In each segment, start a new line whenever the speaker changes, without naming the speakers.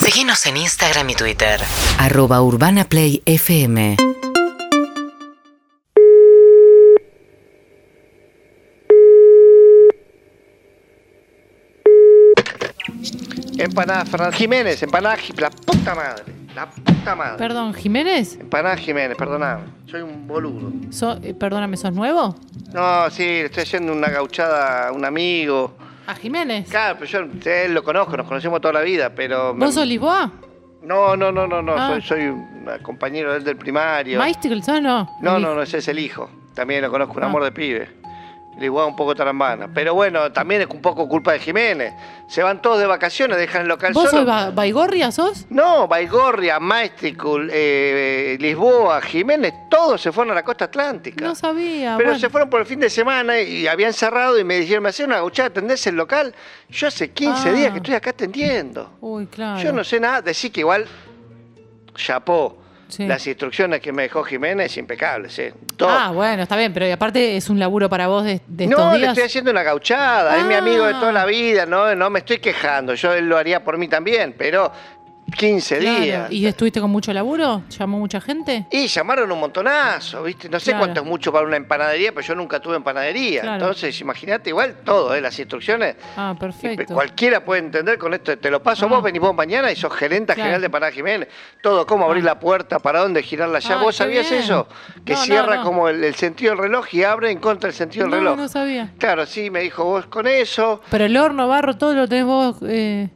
Seguinos en Instagram y Twitter.
arroba urbanaplayfm
Empanadas Fernández Jiménez, empanada Ji- la puta madre, la puta madre.
Perdón, Jiménez,
Empanada Jiménez, perdoname, soy un boludo.
so- eh, perdóname, ¿sos nuevo?
No, sí, le estoy haciendo una gauchada a un amigo.
¿A Ah, Jiménez?
Claro, pero yo eh, lo conozco, nos conocemos toda la vida, pero... me-
¿Vos sos Lisboa?
No, no, no, no, no,
Ah.
soy, soy un compañero de él del primario.
¿Maisticles o no?
No, no, no, ese es el hijo. También lo conozco, un
Ah.
amor de pibe. Le igual un poco tarambana. Pero bueno, también es un poco culpa de Jiménez. Se van todos de vacaciones, dejan el local
¿Vos
solo.
sos ba- Baigorria, sos?
No, Baigorria, Maesticul, eh, Lisboa, Jiménez, todos se fueron a la costa atlántica.
No sabía.
Pero
bueno.
se fueron por el fin de semana y habían cerrado y me dijeron, me hacían una gauchada, atendés el local. Yo hace 15
Ah.
días que estoy acá atendiendo.
Uy, claro.
Yo no sé nada, decir que igual chapó.
Sí.
Las instrucciones que me dejó Jiménez, impecables, ¿eh? Todo.
Ah, bueno, está bien, pero y aparte es un laburo para vos de, de estos
no, le
días.
estoy haciendo una gauchada, es mi
Ah.
amigo de toda la vida, no, no me estoy quejando, yo él lo haría por mí también, pero 15
Claro,
días.
¿Y estuviste con mucho laburo? ¿Llamó mucha gente?
Y llamaron un montonazo, ¿viste? No sé
Claro.
cuánto es mucho para una empanadería, pero yo nunca tuve empanadería.
Claro.
Entonces, imagínate, igual todo, ¿eh? Las instrucciones.
Ah,
Y pe-
perfecto.
Cualquiera puede entender con esto. Te lo paso
Ah.
vos, venís vos mañana y sos gerenta
Claro.
general de Pará Jiménez. Todo, cómo abrir la puerta, para dónde girar la llave.
Ay,
¿Vos
Ah, qué
sabías
bien.
eso? Que
No, no,
cierra
no.
como el, el sentido del reloj y abre en contra del sentido del
no,
reloj.
no sabía.
Claro, sí, me dijo vos con eso.
Pero el horno, barro, todo lo tenés vos. eh,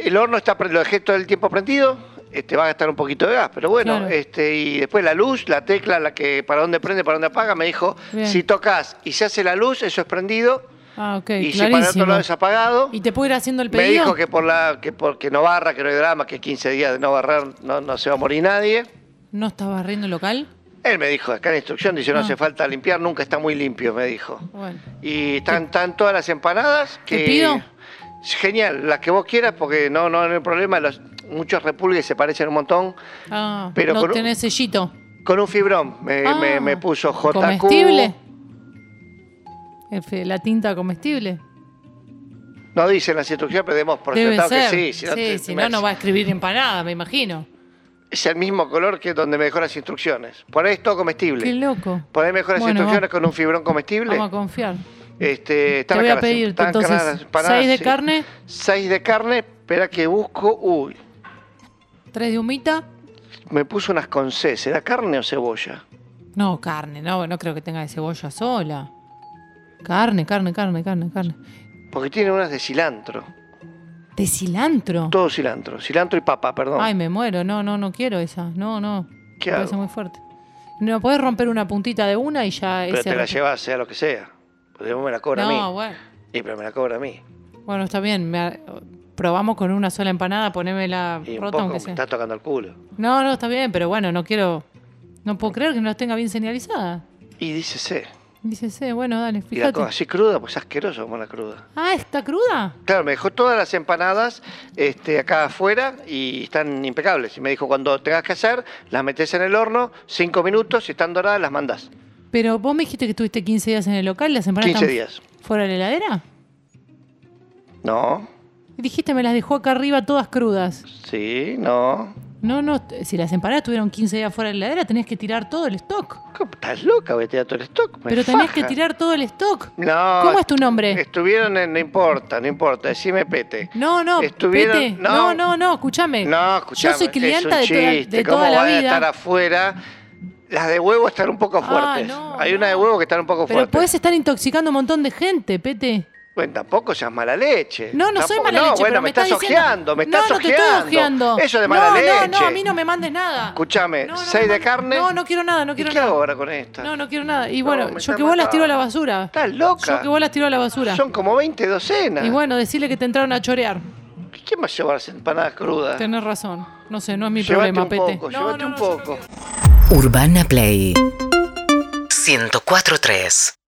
El horno está pre- lo dejé todo el tiempo prendido. Este, va a gastar un poquito de gas, pero bueno,
Claro.
este, y después la luz, la tecla, la que para dónde prende, para dónde apaga, me dijo,
Bien.
si tocas y se hace la luz, eso es prendido,
Ah, ok,
y si para el otro
clarísimo.
lado es apagado,
¿Y te puedo ir haciendo el
me
pedido?
dijo que por la, que porque no barra, que no hay drama, que 15 días de no barrar no, no se va a morir nadie.
¿No estás barriendo el local?
Él me dijo, acá en la instrucción dice, no
Ah.
hace falta limpiar, nunca está muy limpio, me dijo.
Bueno.
Y están, están todas las empanadas que.
¿Te pido?
Genial, las que vos quieras, porque no, no, no hay problema. Los, muchos repulgues se parecen un montón.
Ah,
Pero
no
con un-
tenés sellito.
Con un fibrón me,
Ah,
me- me puso JQ.
¿Comestible? El fe- La tinta comestible.
No dicen las instrucciones, pero demos por
Debe
sentado
ser.
que sí. Si no, te-
si
me-
no, no va a escribir empanada, me imagino.
Es el mismo color que donde me dejó las instrucciones. Por ahí es todo comestible.
Qué loco.
Por ahí me dejó las
Bueno,
instrucciones
va-
con un fibrón comestible.
Vamos a confiar.
Este,
Te
están
voy a
caras, sí,
pedir
están caras las
entonces
empanadas,
seis de
sí.
carne,
Seis de carne, espera que busco. Uy,
tres de humita.
me puso unas con C. ¿Será carne o cebolla?
No, carne, no, no creo que tenga de cebolla sola. Carne, carne, carne, carne, carne.
Porque tiene unas de cilantro.
¿De cilantro?
Todo cilantro. Cilantro y papa, perdón.
Ay, me muero. No, no, no quiero esa. No, no.
Oh. ¿Qué
me
hago?
parece muy fuerte. No, podés romper una puntita de una y ya
pero
ese
te la
relleno-
llevas, sea lo que sea. Porque vos me la cobra a
No,
mí.
bueno.
Y pero me la cobra a mí.
Bueno, está bien. me ha- Probamos con una sola empanada, ponémela
Y un
rota
poco
aunque
me
sea.
está tocando el culo.
No, no, está bien, pero bueno, no quiero. No puedo creer que no las tenga bien señalizada.
Y dice C.
Dice, sí, bueno, dale,
Y la
fíjate.
cosa así cruda, pues es asqueroso como la cruda.
Ah, ¿está cruda?
Claro, me dejó todas las empanadas este, acá afuera y están impecables. Y me dijo, cuando tengas que hacer, las metes en el horno, cinco minutos, si están doradas, las mandás.
Pero vos me dijiste que estuviste 15 días en el local, las empanadas
15
están
días.
fuera de la heladera.
No,
Y dijiste, me las dejó acá arriba todas crudas.
sí, no.
No, no, t- si las empanadas tuvieron 15 días fuera de la heladera, tenés que tirar todo el stock.
¿Cómo ¿Estás loca? Voy a tirar todo el stock. me
Pero tenés
faja.
que tirar todo el stock.
No.
¿Cómo es tu nombre?
Estuvieron en. No importa, no importa. Decime pete.
No, no,
Estuvieron-
Pete,
no.
no, no, no, escúchame.
No, escuchame.
Eh, Yo soy clienta
es un
de toda,
chiste,
de
¿Cómo
toda la
van a estar
vida.
afuera? Las de huevo están un poco
Ah,
fuertes.
no,
Hay una de
no.
huevo que están un poco
Pero
fuertes.
podés estar intoxicando un montón de gente, Pete.
Bueno, tampoco seas mala leche.
No, no soy
Tampoco-
mala
no,
leche,
bueno,
pero
me,
me
estás
estás diciendo-
ojeando, me
no,
estás
no te estoy ojeando.
Eso es de mala
no,
leche.
No, no, a mí no me mandes nada.
Escuchame,
No, no
seis
me
de
mand-
carne.
No, no quiero nada,
¿Y
no quiero
¿Qué hago
nada.
ahora con esta?
No, no quiero nada. Y
No,
bueno,
me
yo
está
que vos las tiro a la
matando.
basura.
Estás loca.
Yo que vos las tiro a la basura.
Son como 20 docenas.
Y bueno, decirle que te entraron a chorear.
¿Quién va a llevar las empanadas crudas?
Tenés razón. No sé, no es mi
llévate
problema,
un
Pete.
poco,
No,
llévate
no,
un
no, yo no
poco.
Urbana Play
104.3